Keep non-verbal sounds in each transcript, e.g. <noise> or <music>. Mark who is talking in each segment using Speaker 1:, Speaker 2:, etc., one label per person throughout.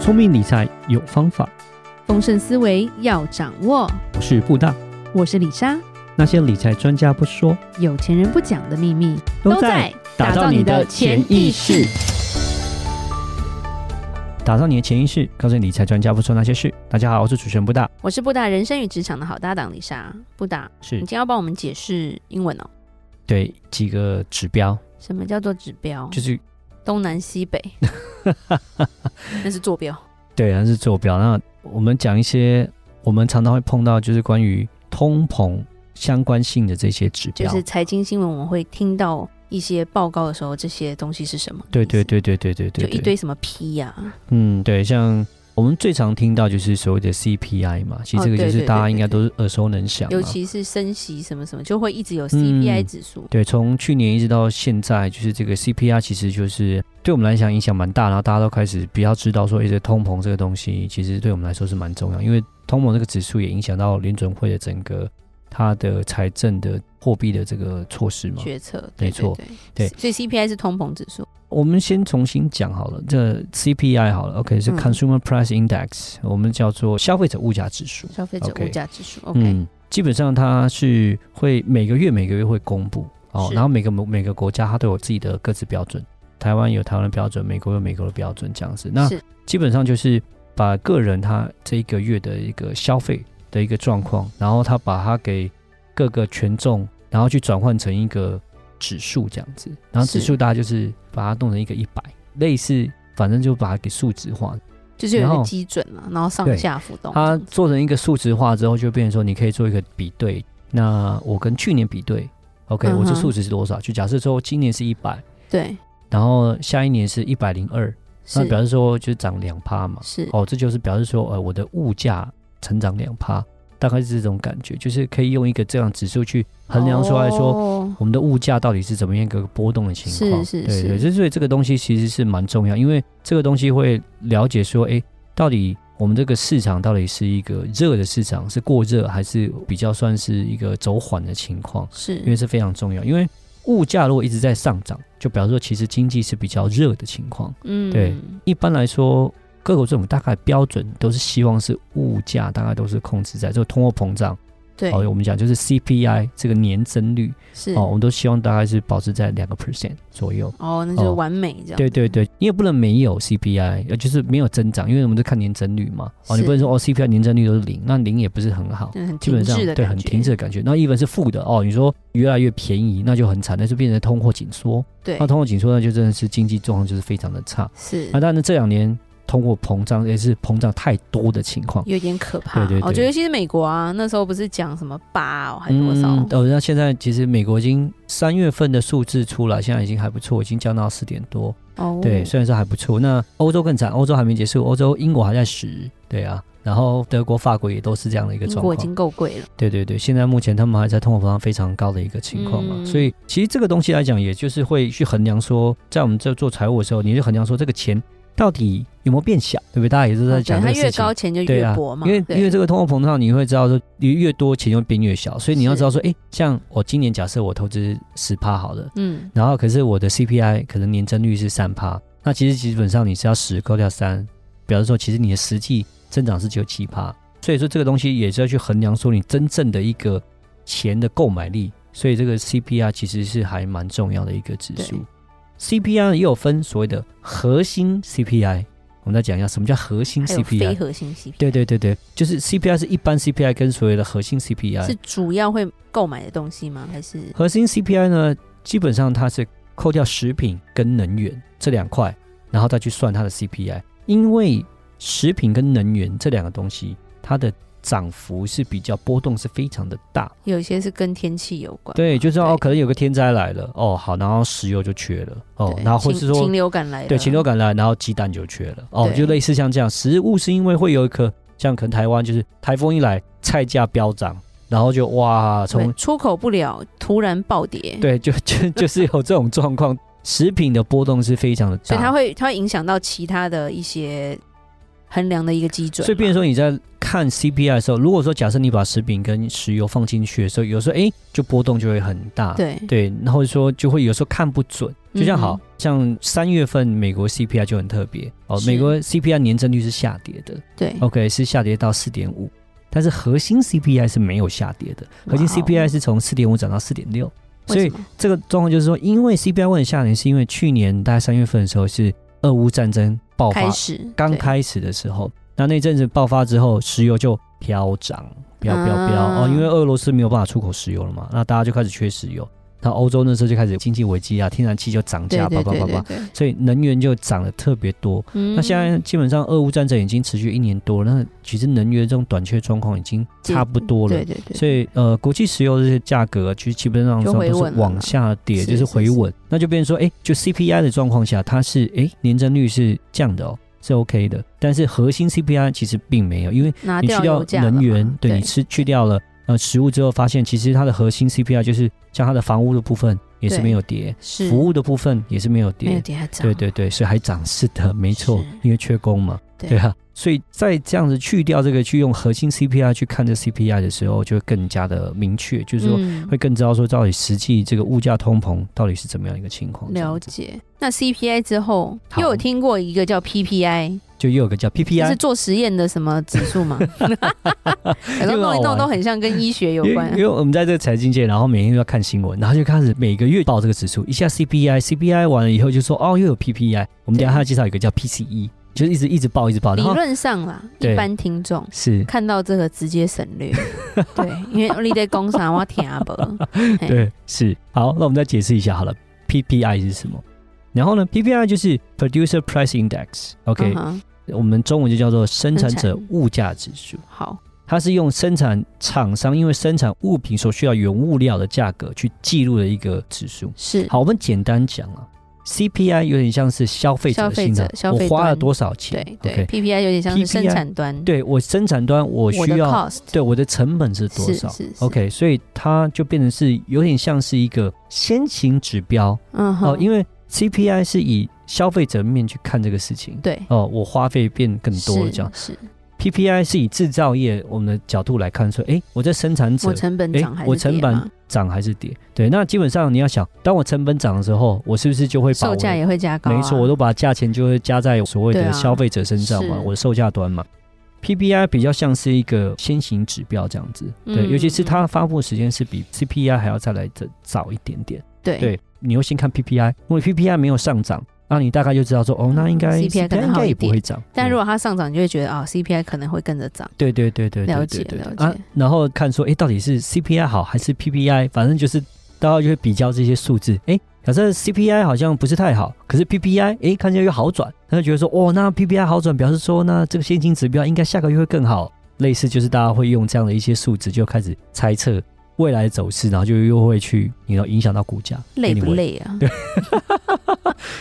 Speaker 1: 聪明理财有方法，
Speaker 2: 丰盛思维要掌握。
Speaker 1: 我是布大。
Speaker 2: 我是李莎，
Speaker 1: 那些理财专家不说，
Speaker 2: 有钱人不讲的秘密
Speaker 1: 打造你的潜意识。，打造你的潜意识，告诉你理财专家不说那些事。大家好，我是主持人布大，
Speaker 2: 我是布达人生与职场的好搭档李莎。布达，你
Speaker 1: 是
Speaker 2: 今天要帮我们解释英文哦，
Speaker 1: 对几个指标，
Speaker 2: 什么叫做指标？
Speaker 1: 就是
Speaker 2: 东南西
Speaker 1: <laughs>
Speaker 2: 北，那是坐标。
Speaker 1: 对，它是坐标。那我们讲一些我们常常会碰到，就是关于通膨相关性的这些指
Speaker 2: 就
Speaker 1: 标。
Speaker 2: 是财经新闻，我们会听到一些报告的时候，这些东西是什么？
Speaker 1: 对对，对对对对对
Speaker 2: 就
Speaker 1: 对，
Speaker 2: 一堆什么 P 呀、
Speaker 1: 嗯，对，像我们最常听到就是所谓的 CPI 嘛，其实
Speaker 2: 哦
Speaker 1: 这个就
Speaker 2: 对
Speaker 1: 是
Speaker 2: 对
Speaker 1: 大
Speaker 2: 对
Speaker 1: 家
Speaker 2: 对
Speaker 1: 应该
Speaker 2: 对
Speaker 1: 都是耳熟能详嘛。
Speaker 2: 尤其是升息什么什么，就会一直有
Speaker 1: 嗯
Speaker 2: CPI 指数。
Speaker 1: 对，从去年一直到现在，就是这个 CPI 其实就是对我们来讲影响蛮大，然后大家都开始比较知道说，诶，这通膨这个东西其实对我们来说是蛮重要，因为通膨这个指数也影响到联准会的整个它的财政的货币的这个措施嘛。
Speaker 2: 决策，
Speaker 1: 没
Speaker 2: 对
Speaker 1: 错，
Speaker 2: 对
Speaker 1: 对
Speaker 2: 所以 CPI 是通膨指数，
Speaker 1: 我们先重新讲好了，这 CPI 好了，OK 是
Speaker 2: 嗯
Speaker 1: Consumer Price Index，、我们叫做消费者物价指数。
Speaker 2: 消费者
Speaker 1: OK
Speaker 2: 物价指数。OK，
Speaker 1: 嗯，基本上它是会每个月每个月会公布哦，
Speaker 2: 是
Speaker 1: 然后每个每个国家它都有自己的各自标准，台湾有台湾的标准，美国有美国的标准这样子。那
Speaker 2: 是
Speaker 1: 基本上就是把个人他这一个月的一个消费的一个状况，然后他把它给各个权重，然后去转换成一个指数这样子，然后指
Speaker 2: 是
Speaker 1: 数大家就是把它弄成一个一百，类似反正就把它给数值化，
Speaker 2: 就是有
Speaker 1: 然
Speaker 2: 一
Speaker 1: 后
Speaker 2: 个基准嘛，然后上
Speaker 1: 对
Speaker 2: 下浮动这
Speaker 1: 它
Speaker 2: 样子。
Speaker 1: 做成一个数值化之后，就变成说你可以做一个比对。那我跟去年比对，OK，、
Speaker 2: 嗯哼
Speaker 1: 我这数值是多少？就假设说今年是一百，
Speaker 2: 对，
Speaker 1: 然后下一年是一百零二，那
Speaker 2: 是
Speaker 1: 表示说就涨两趴嘛。
Speaker 2: 是
Speaker 1: 哦，这就是表示说，呃，我的物价成长两趴，大概是这种感觉，就是可以用一个这样指数去衡量出来说。
Speaker 2: 哦
Speaker 1: 我们的物价到底是怎么样一个波动的情况？
Speaker 2: 是是
Speaker 1: 对对，
Speaker 2: 是
Speaker 1: 所以这个东西其实是蛮重要，因为这个东西会了解说，诶，到底我们这个市场到底是一个热的市场，是过热，还是比较算是一个走缓的情况？
Speaker 2: 嗯
Speaker 1: 因为
Speaker 2: 是
Speaker 1: 是非常重要，因为物价如果一直在上涨，就表示说其实经济是比较热的情况。
Speaker 2: 嗯
Speaker 1: 对一般来说，各国政府大概标准都是希望是物价大概都是控制在这个通货膨胀，
Speaker 2: 对
Speaker 1: 好，我们讲就是 CPI 这个年增率。
Speaker 2: 是
Speaker 1: 哦，我们都希望大概是保持在两个 percent 左右。
Speaker 2: 哦，那就是
Speaker 1: 哦
Speaker 2: 完美这样。
Speaker 1: 对对对，你也不能没有 CPI，呃，就是没有增长，因为我们都看年增率嘛。哦，你
Speaker 2: 是
Speaker 1: 不能说哦 CPI 年增率都是零，那零也不是很好，
Speaker 2: 就是很
Speaker 1: 基本
Speaker 2: 停
Speaker 1: 上
Speaker 2: 滞的感觉，
Speaker 1: 对很停滞的感觉。那 even 是负的哦，你说越来越便宜，那就很惨，那就变成通货紧缩。
Speaker 2: 对
Speaker 1: 那，通货紧缩呢，就真的是经济状况就是非常的差。
Speaker 2: 是
Speaker 1: 那当然这两年通货膨胀也是膨胀太多的情况。
Speaker 2: 有点可怕。
Speaker 1: 对对对
Speaker 2: 我觉得其实美国啊，那时候不是讲什么八哦，还多少？
Speaker 1: 嗯哦，那现在其实美国已经三月份的数字出来，现在已经还不错，已经降到四点多。
Speaker 2: 哦，
Speaker 1: 对，虽然说还不错。那欧洲更惨，欧洲还没结束，欧洲英国还在十，对啊，然后德国、法国也都是这样的一个
Speaker 2: 英
Speaker 1: 状
Speaker 2: 国
Speaker 1: 况
Speaker 2: 已。经够贵了，
Speaker 1: 对对对，现在目前他们还在通货膨胀非常高的一个情况嘛，
Speaker 2: 嗯
Speaker 1: 所以其实这个东西来讲，也就是会去衡量说，在我们这做财务的时候，你就衡量说这个钱到底有没有变小，对不对？大家也是在
Speaker 2: 啊对，
Speaker 1: 讲这
Speaker 2: 它
Speaker 1: 个事
Speaker 2: 越
Speaker 1: 情。
Speaker 2: 高钱就
Speaker 1: 对
Speaker 2: 越
Speaker 1: 啊
Speaker 2: 薄，嘛，
Speaker 1: 因为
Speaker 2: 对
Speaker 1: 因为这个通货膨胀，你会知道说，你越多钱就变越小，所以你要
Speaker 2: 是
Speaker 1: 知道说，诶，像我今年假设我投资十趴好了，
Speaker 2: 嗯
Speaker 1: 然后可是我的 CPI 可能年增率是三趴，那其实基本上你是要十扣掉三，表示说其实你的实际增长是只有七趴，所以说这个东西也是要去衡量说你真正的一个钱的购买力，所以这个 CPI 其实是还蛮重要的一个指数
Speaker 2: 对。
Speaker 1: CPI 也有分所谓的核心 CPI，我们再讲一下什么叫核心
Speaker 2: 还有非
Speaker 1: CPI。
Speaker 2: 核心 CPI
Speaker 1: 对对对对，就是 CPI 是一般 CPI 跟所谓的核心 CPI
Speaker 2: 是主要会购买的东西吗？还是
Speaker 1: 核心 CPI 呢，基本上它是扣掉食品跟能源这两块，然后再去算它的 CPI，因为食品跟能源这两个东西，它的涨幅是比较波动是非常的大。
Speaker 2: 有些是跟天气有关嘛？
Speaker 1: 对，就是
Speaker 2: 呃对
Speaker 1: 哦，可能有个天灾来了，哦好，然后石油就缺了，哦，
Speaker 2: 对
Speaker 1: 然后或是
Speaker 2: 禽禽
Speaker 1: 说
Speaker 2: 流感来了，
Speaker 1: 对禽流感来，然后鸡蛋就缺了，哦，
Speaker 2: 对
Speaker 1: 就类似像这样，食物是因为会有一颗像可能台湾就是台风一来，菜价飙涨，然后就哇从
Speaker 2: 对出口不了，突然暴跌，，
Speaker 1: 对，就就就是有这种状况，食品的波动是非常的大，
Speaker 2: 所以它会它会影响到其他的一些衡量的一个基准嘛，
Speaker 1: 所以，变成说你在看 CPI 的时候，如果说假设你把食品跟石油放进去的时候，有时候哎、诶就波动就会很大，
Speaker 2: 对
Speaker 1: 对，然后说就会有时候看不准，就像好、
Speaker 2: 嗯
Speaker 1: 像三月份美国 CPI 就很特别哦，
Speaker 2: 是
Speaker 1: 美国 CPI 年增率是下跌的
Speaker 2: 对，
Speaker 1: ，OK 是下跌到四点五，但是核心 CPI 是没有下跌的，核心
Speaker 2: 哇哦
Speaker 1: CPI 是从四点五涨到四点六，所以
Speaker 2: 为什么
Speaker 1: 这个状况就是说，因为 CPI 会很吓人，是因为去年大概三月份的时候是俄乌战争爆发
Speaker 2: 开始
Speaker 1: 哦刚
Speaker 2: 对
Speaker 1: 开始的时候，那那阵子爆发之后，石油就飙涨，飙飙飙、
Speaker 2: 啊
Speaker 1: 哦，因为俄罗斯没有办法出口石油了嘛，那大家就开始缺石油，那欧洲那时候就开始经济危机啊，天然气就涨
Speaker 2: 对
Speaker 1: 价，叭
Speaker 2: 对
Speaker 1: 叭
Speaker 2: 对
Speaker 1: 叭
Speaker 2: 对嗯
Speaker 1: 叭，
Speaker 2: 对，
Speaker 1: 所以能源就涨得特别多。
Speaker 2: 那
Speaker 1: 那现在基本上俄乌战争已经持续一年多了，那其实能源这种短缺状况已经差不多了
Speaker 2: 对。对对，
Speaker 1: 所以呃，国际石油的这些价格其实基本上
Speaker 2: 就
Speaker 1: 上都
Speaker 2: 回稳
Speaker 1: 是
Speaker 2: 了
Speaker 1: 往
Speaker 2: 嘛
Speaker 1: 下跌，
Speaker 2: 是
Speaker 1: 就是
Speaker 2: 是
Speaker 1: 回
Speaker 2: 是
Speaker 1: 稳。那就变成说，哎、就 CPI 的状况下，它是哎、年增率是降的哦，是 OK 的。但是核心 CPI 其实并没有，因为
Speaker 2: 拿
Speaker 1: 你去
Speaker 2: 啊掉
Speaker 1: 掉
Speaker 2: 油价了
Speaker 1: 能
Speaker 2: 嘛
Speaker 1: 源，对
Speaker 2: 对
Speaker 1: 你吃去掉了呃食物之后，发现其实它的核心 CPI 就是像它的房屋的部分也是
Speaker 2: 对
Speaker 1: 没有跌，
Speaker 2: 是
Speaker 1: 服务的部分也是没有
Speaker 2: 没
Speaker 1: 跌。
Speaker 2: 有跌还涨，
Speaker 1: 对对对，所以还涨是的，没错
Speaker 2: 是，
Speaker 1: 因为缺工嘛，
Speaker 2: 对
Speaker 1: 对啊，所以在这样子去掉这个，去用核心 CPI 去看这 CPI 的时候，就会更加的明确，就是说
Speaker 2: 嗯
Speaker 1: 会更知道说到底实际这个物价通膨到底是怎么样一个情况。这
Speaker 2: 了
Speaker 1: 样子
Speaker 2: 解。那 CPI 之后，
Speaker 1: 好
Speaker 2: 又有听过一个叫 PPI，
Speaker 1: 就又有个叫
Speaker 2: 就
Speaker 1: PPI，
Speaker 2: 是做实验的什么指数
Speaker 1: <laughs>
Speaker 2: 嘛？反正弄一弄都很像跟医学有
Speaker 1: 因为
Speaker 2: 关啊
Speaker 1: 因。为我们在这个财经界，然后每天都要看新闻，然后就开始每个月报这个指数，一下 CPI，CPI 完了以后就说哦又有 PPI，我们等一下还要介绍一个叫 PCE，就是一直一直报一直报，
Speaker 2: 理
Speaker 1: 然后
Speaker 2: 论上啦，
Speaker 1: 对
Speaker 2: 一般听众
Speaker 1: 是
Speaker 2: 看到这个直接省
Speaker 1: <laughs>
Speaker 2: 略，对，因为你在工厂我听不懂。嘿
Speaker 1: 对，是好，那我们再解释一下好了，PPI 是什么？然后呢，PPI 就是 Producer Price Index，OK，、
Speaker 2: 嗯哼
Speaker 1: 我们中文就叫做生产者
Speaker 2: 生产
Speaker 1: 物价指数。
Speaker 2: 好，
Speaker 1: 它是用生产厂商因为生产物品所需要原物料的价格去记录的一个指数。
Speaker 2: 是
Speaker 1: 好，我们简单讲啊，CPI 有点像是消费者的信
Speaker 2: 消
Speaker 1: 场
Speaker 2: 费者，消
Speaker 1: 我
Speaker 2: 费
Speaker 1: 花了
Speaker 2: 端
Speaker 1: 多少钱？
Speaker 2: 对
Speaker 1: o k
Speaker 2: 对，PPI 有点像是
Speaker 1: PPI
Speaker 2: 生产端，，
Speaker 1: 对我生产端我
Speaker 2: 我
Speaker 1: 需
Speaker 2: 的
Speaker 1: 要
Speaker 2: cost
Speaker 1: 对我的成本是多
Speaker 2: 是
Speaker 1: 少
Speaker 2: 是是
Speaker 1: OK，所以它就变成是有点像是一个先行指标
Speaker 2: 嗯
Speaker 1: 哦、
Speaker 2: 哼，
Speaker 1: 因为 CPI 是以消费者面去看这个事情。
Speaker 2: 对
Speaker 1: 哦，我花费变更多了
Speaker 2: 是
Speaker 1: 这样。
Speaker 2: 是
Speaker 1: PPI 是以制造业我们的角度来看，说，诶，我在生产者
Speaker 2: 我成本
Speaker 1: 诶
Speaker 2: 涨还是
Speaker 1: 我成
Speaker 2: 跌
Speaker 1: 本
Speaker 2: 嘛
Speaker 1: 涨还是跌？对，那基本上你要想，当我成本涨的时候，我是不是就会把
Speaker 2: 售
Speaker 1: 我
Speaker 2: 价
Speaker 1: 的
Speaker 2: 也会加高啊，
Speaker 1: 没错，我都把价钱就会加在所谓
Speaker 2: 对
Speaker 1: 的
Speaker 2: 啊
Speaker 1: 消费者身上嘛，
Speaker 2: 是
Speaker 1: 我的售价端嘛。PPI 比较像是一个先行指标这样子，对，
Speaker 2: 嗯
Speaker 1: 尤其是它发布的时间是比 CPI 还要再来的早一点点。
Speaker 2: 对
Speaker 1: 对，你又先看 PPI，因为 PPI 没有上涨，那你大概就知道说，哦，那应该
Speaker 2: CPI 可能
Speaker 1: 应
Speaker 2: 好
Speaker 1: 该
Speaker 2: 一
Speaker 1: 也不
Speaker 2: 点
Speaker 1: 会涨。
Speaker 2: 但
Speaker 1: 对
Speaker 2: 如果它上涨，你就会觉得啊、c p i 可能会跟着涨。
Speaker 1: 对对对对，对
Speaker 2: 了
Speaker 1: 对
Speaker 2: 解
Speaker 1: 对对
Speaker 2: 了
Speaker 1: 啊
Speaker 2: 解。
Speaker 1: 然后看说，哎，到底是 CPI 好还是 PPI？反正就是大家就会比较这些数字。哎，假设 CPI 好像不是太好，可是 PPI 哎看起来又好转，他就觉得说，哦，那 PPI 好转，表示说那这个先行指标应该下个月会更好。类似就是大家会用这样的一些数值就开始猜测未来的走势，然后就又会去，你要影响到股价，
Speaker 2: 累不
Speaker 1: Anyway，
Speaker 2: 累啊？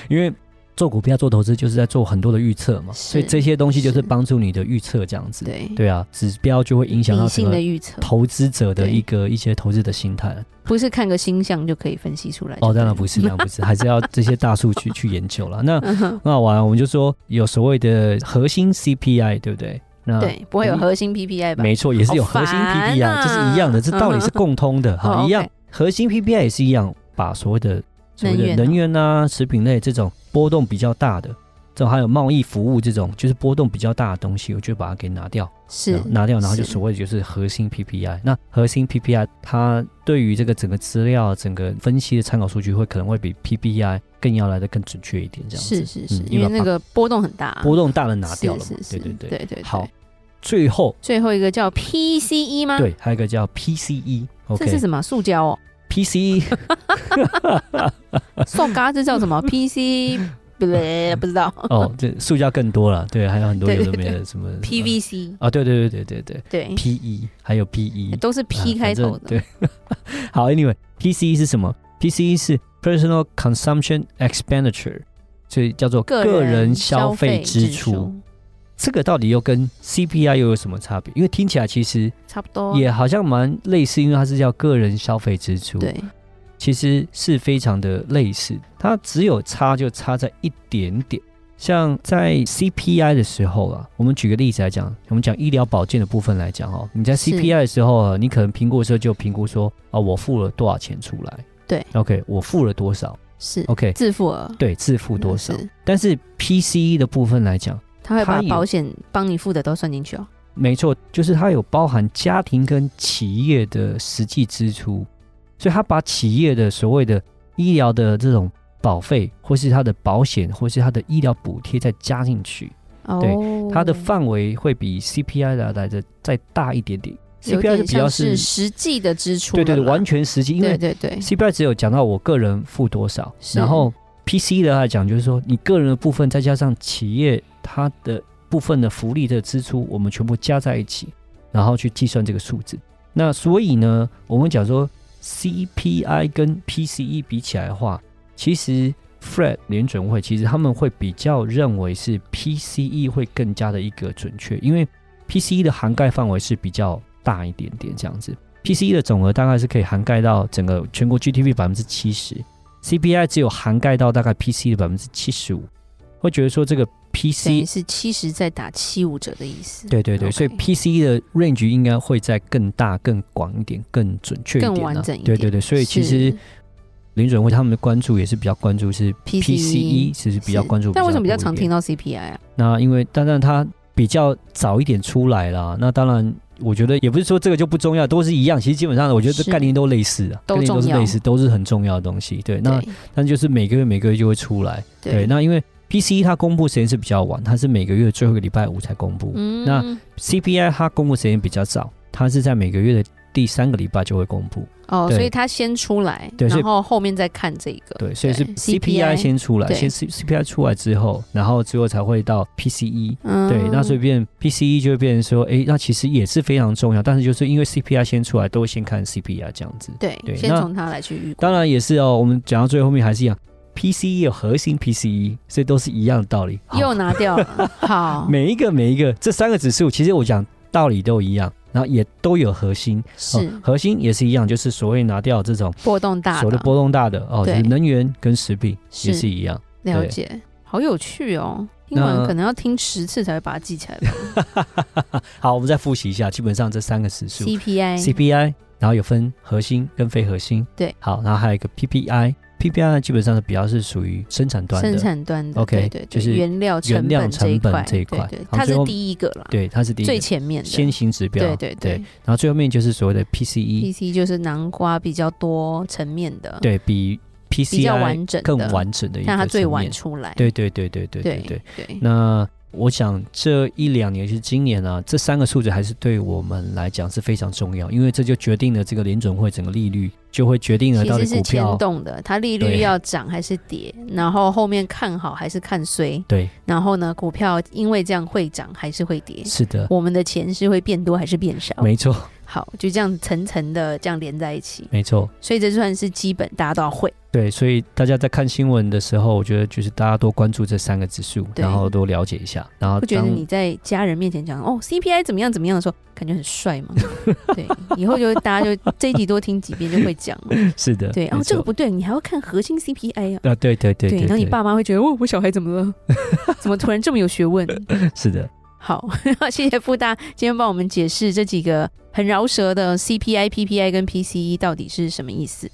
Speaker 1: 因为做股票做投资就是在做很多的预测嘛，所以
Speaker 2: 是
Speaker 1: 这些东西就是
Speaker 2: 是
Speaker 1: 帮助你的预测这样子。
Speaker 2: 对，
Speaker 1: 对啊，指标就会影响到
Speaker 2: 理
Speaker 1: 整
Speaker 2: 性
Speaker 1: 个
Speaker 2: 的预测
Speaker 1: 投资者的
Speaker 2: 对
Speaker 1: 一个一些投资的心态了。
Speaker 2: 不是看个星象就可以分析出来。
Speaker 1: 哦，当然不是，当然不是，还是要这些大数据去研究了。那
Speaker 2: 是，
Speaker 1: 那完了，我们就说有所谓的核心 CPI，对不对？那
Speaker 2: 对，不会有核心 PPI 吧？
Speaker 1: 嗯没错，也是有核心
Speaker 2: 好烦
Speaker 1: PPI，、
Speaker 2: 啊
Speaker 1: 这是一样的，这道理是共通的，
Speaker 2: 哦
Speaker 1: 好，
Speaker 2: ，OK
Speaker 1: 一样。核心 PPI 也是一样，把所谓的所谓
Speaker 2: 能
Speaker 1: 的
Speaker 2: 源
Speaker 1: 能源啊、食品类这种波动比较大的，这种还有贸易服务这种，就是波动比较大的东西，我就把它给拿掉。
Speaker 2: 是
Speaker 1: 然后拿掉，然后就是所谓的就是核心 PPI。那核心 PPI 它对于这个整个资料、整个分析的参考数据会可能会比 PPI 更要来的更准确一点，这样子。
Speaker 2: 是是是
Speaker 1: 嗯，
Speaker 2: 因为
Speaker 1: 把
Speaker 2: 那个波动很大，啊
Speaker 1: 波动大的拿掉了嘛，
Speaker 2: 是是
Speaker 1: 对
Speaker 2: 是
Speaker 1: 对对。
Speaker 2: 对对。
Speaker 1: 好，最后
Speaker 2: 最后一个叫 PCE 吗？，
Speaker 1: 对，还有一个叫 E，PCE，OK，、
Speaker 2: 这是什么？塑胶
Speaker 1: <laughs>
Speaker 2: 哦， <laughs>
Speaker 1: PCE
Speaker 2: 塑胶这叫什
Speaker 1: <laughs>
Speaker 2: 么？PC 不对，不知道
Speaker 1: 哦，这塑胶更多了，对，还有很多
Speaker 2: 对
Speaker 1: 有
Speaker 2: 对
Speaker 1: 的没的什么 <laughs>
Speaker 2: ，PVC
Speaker 1: 啊，对对对对对对
Speaker 2: 对，
Speaker 1: ，PE 还有 PE，
Speaker 2: 都是
Speaker 1: 啊
Speaker 2: P
Speaker 1: 反
Speaker 2: 开
Speaker 1: 正
Speaker 2: 头的，
Speaker 1: 对， <laughs> 好，Anyway，PCE 是什么？PCE 是 Personal Consumption Expenditure，所以叫做个人消费支出。这个到底又跟 CPI 又有什么差别？因为听起来其实
Speaker 2: 差不多，
Speaker 1: 也好像蛮类似，因为它是叫个人消费支出，
Speaker 2: 对，
Speaker 1: 其实是非常的类似，它只有差就差在一点点。像在 CPI 的时候啊，我们举个例子来讲，我们讲医疗保健的部分来讲哦，你在
Speaker 2: 是
Speaker 1: CPI 的时候啊，哦你可能评估的时候就评估说啊，我付了多少钱出来，
Speaker 2: 对
Speaker 1: ，OK，我付了多少。
Speaker 2: 是
Speaker 1: OK，
Speaker 2: 自付额嗯
Speaker 1: 对，自付多少？
Speaker 2: 是
Speaker 1: 但是 PCE 的部分来讲，
Speaker 2: 他会把
Speaker 1: 他有
Speaker 2: 保险帮你付的都算进去哦。
Speaker 1: 没错，就是它有包含家庭跟企业的实际支出，所以它把企业的所谓的医疗的这种保费，或是它的保险，或是它的医疗补贴再加进去，对
Speaker 2: 哦，
Speaker 1: 它的范围会比 CPI 来来的再大一点点。
Speaker 2: 有
Speaker 1: CPI
Speaker 2: 点
Speaker 1: 就比较
Speaker 2: 像是啊
Speaker 1: 是
Speaker 2: 实际的支出
Speaker 1: 对
Speaker 2: 了啦，
Speaker 1: 对对，完全实际，因为
Speaker 2: 对对对，
Speaker 1: CPI 只有讲到我个人付多少，
Speaker 2: 是
Speaker 1: 然后 PC 的来讲，就是说你个人的部分再加上企业它的部分的福利的支出，我们全部加在一起，然后去计算这个数字。那所以呢，我们讲说 CPI 跟 PCE 比起来的话，其实 Fred 联准会其实他们会比较认为是 PCE 会更加的一个准确，因为 PCE 的涵盖范围是比较大一点点这样子。PCE 的总额大概是可以涵盖到整个全国 GDP 百分之七十，CPI 只有涵盖到大概 PCE 的百分之七十五，会觉得说这个
Speaker 2: 等于
Speaker 1: PC
Speaker 2: 是七十再打七五折的意思。
Speaker 1: 对对对
Speaker 2: OK
Speaker 1: 所以 PCE 的 range 应该会再更大、更广一点、更准确一点、啊、
Speaker 2: 更完整一点
Speaker 1: 对对对，所以其实
Speaker 2: 是
Speaker 1: 林准会他们的关注也是比较关注是
Speaker 2: PCE
Speaker 1: PCE，其实 E 比较关注。
Speaker 2: E 但为什么比较常听
Speaker 1: 到？
Speaker 2: 到 CPI 啊？
Speaker 1: 那因为当然它比较早一点出来啦，那当然。我觉得也不是说这个就不重要，都是一样。其实基本上，我觉得这
Speaker 2: 是
Speaker 1: 概念都类似啊，
Speaker 2: 都
Speaker 1: 概念都是
Speaker 2: 重要
Speaker 1: 类似，都是很重要的东西。对，那
Speaker 2: 对
Speaker 1: 但就是每个月每个月就会出来。对，
Speaker 2: 对，
Speaker 1: 那因为 PCE 它公布时间是比较晚，它是每个月最后一个礼拜五才公布。
Speaker 2: 嗯
Speaker 1: 那 CPI 它公布时间比较早，它是在每个月的第三个礼拜就会公布。
Speaker 2: 哦，
Speaker 1: 对
Speaker 2: 所以它先出来，
Speaker 1: 对所以
Speaker 2: 然后后面再看这个。
Speaker 1: 对，所以是
Speaker 2: 对
Speaker 1: CPI 先出来，
Speaker 2: 对
Speaker 1: 先 C CPI 出来之后，然后之后才会到 E PCE。
Speaker 2: 嗯
Speaker 1: 对，那所以变 PCE 就会变成说，哎、那其实也是非常重要，但是就是因为 CPI 先出来，都会先看 CPI 这样子。
Speaker 2: 对，
Speaker 1: 对
Speaker 2: 先
Speaker 1: 那
Speaker 2: 从它来去预估。
Speaker 1: 当然也是哦，我们讲到最后面还是一样，PCE 有核心 PCE，所以都是一样的道理。好
Speaker 2: 又拿
Speaker 1: <laughs>
Speaker 2: 掉了，好，
Speaker 1: 每一个每一个这三个指数，其实我讲道理都一样，然后也都有核心，哦
Speaker 2: 是
Speaker 1: 核心也是一样，就是所谓拿掉这种
Speaker 2: 波动大
Speaker 1: 所谓的波动大的哦，就
Speaker 2: 对
Speaker 1: 是能源跟食品也是一样。 <laughs>
Speaker 2: 了
Speaker 1: 对
Speaker 2: 解，好有趣哦。听
Speaker 1: 那
Speaker 2: 完可能要听十次才会把它
Speaker 1: <laughs>
Speaker 2: 记起来吧。
Speaker 1: 好，我们再复习一下，基本上这三个指数
Speaker 2: CPI
Speaker 1: CPI，然后有分核心跟非核心，
Speaker 2: 对，
Speaker 1: 好，然后还有一个 PPI。PPI 呢基本上是比较是属于生产端
Speaker 2: 生
Speaker 1: 的，
Speaker 2: 产端的
Speaker 1: OK，
Speaker 2: 对对对
Speaker 1: 就是
Speaker 2: 原料成
Speaker 1: 原料
Speaker 2: 本这一
Speaker 1: 成本
Speaker 2: 块，
Speaker 1: 这一
Speaker 2: 对
Speaker 1: 块
Speaker 2: 对，
Speaker 1: 好
Speaker 2: 它
Speaker 1: 最
Speaker 2: 是
Speaker 1: 后
Speaker 2: 第一个啦，
Speaker 1: 对，它是第一
Speaker 2: 最
Speaker 1: 个
Speaker 2: 前面的
Speaker 1: 先行指标，
Speaker 2: 对对对 E
Speaker 1: 然后最后面就是所谓的 E，PCE，
Speaker 2: ，PC 就是南瓜比较多层面的，，
Speaker 1: 对比 PCI
Speaker 2: 比较完整的
Speaker 1: 更完整的一个
Speaker 2: 但它最
Speaker 1: 层
Speaker 2: 晚
Speaker 1: 面
Speaker 2: 出来，
Speaker 1: 对对对对对对
Speaker 2: 对
Speaker 1: 对。
Speaker 2: 对
Speaker 1: 那我想这一两年，就是今年啊，这三个数字还是对我们来讲是非常重要，因为这就决定了这个联准会整个利率，就会决定了到
Speaker 2: 其
Speaker 1: 底
Speaker 2: 实是
Speaker 1: 股
Speaker 2: 牵
Speaker 1: 票
Speaker 2: 动的，它利率
Speaker 1: 对
Speaker 2: 要涨还是跌，然后后面看好还是看衰，
Speaker 1: 对，
Speaker 2: 然后呢，股票因为这样会涨还是会跌，
Speaker 1: 是的，
Speaker 2: 我们的钱是会变多还是变少？
Speaker 1: 没错，
Speaker 2: 好，就这样层层的这样连在一起，
Speaker 1: 没错。
Speaker 2: 所以这算是基本，大家都要会。
Speaker 1: 对，所以大家在看新闻的时候，我觉得就是大家多关注这三个指数，
Speaker 2: 对
Speaker 1: 然后多了解一下，然后
Speaker 2: 不觉得
Speaker 1: 当
Speaker 2: 你在家人面前讲哦 CPI 怎么样怎么样的时候，感觉很帅吗？ <laughs> 对，以后就大家就这一集多听几遍就会讲
Speaker 1: <laughs>
Speaker 2: 了。
Speaker 1: <laughs> 是的，没
Speaker 2: 对，哦，这个
Speaker 1: 错
Speaker 2: 不对，你还要看核心 CPI 啊。
Speaker 1: 啊，对对对
Speaker 2: 然后你爸妈会觉得，哦，我小孩怎么了？ <laughs> 怎么突然这么有学问？ <laughs>
Speaker 1: 是的，
Speaker 2: 好，谢谢傅大今天帮我们解释这几个很饶舌的 CPI、PPI 跟 PCE 到底是什么意思。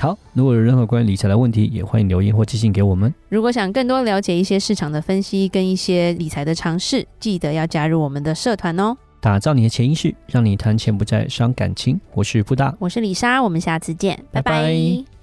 Speaker 1: 好，如果有任何关于理财的问题，也欢迎留言或寄信给我们。
Speaker 2: 如果想更多了解一些市场的分析跟一些理财的尝试，记得要加入我们的社团哦。
Speaker 1: 打造你的潜意识，让你谈钱不再伤感情。我是布大，
Speaker 2: 我是李莎，我们下次见，拜
Speaker 1: 拜
Speaker 2: 拜
Speaker 1: 拜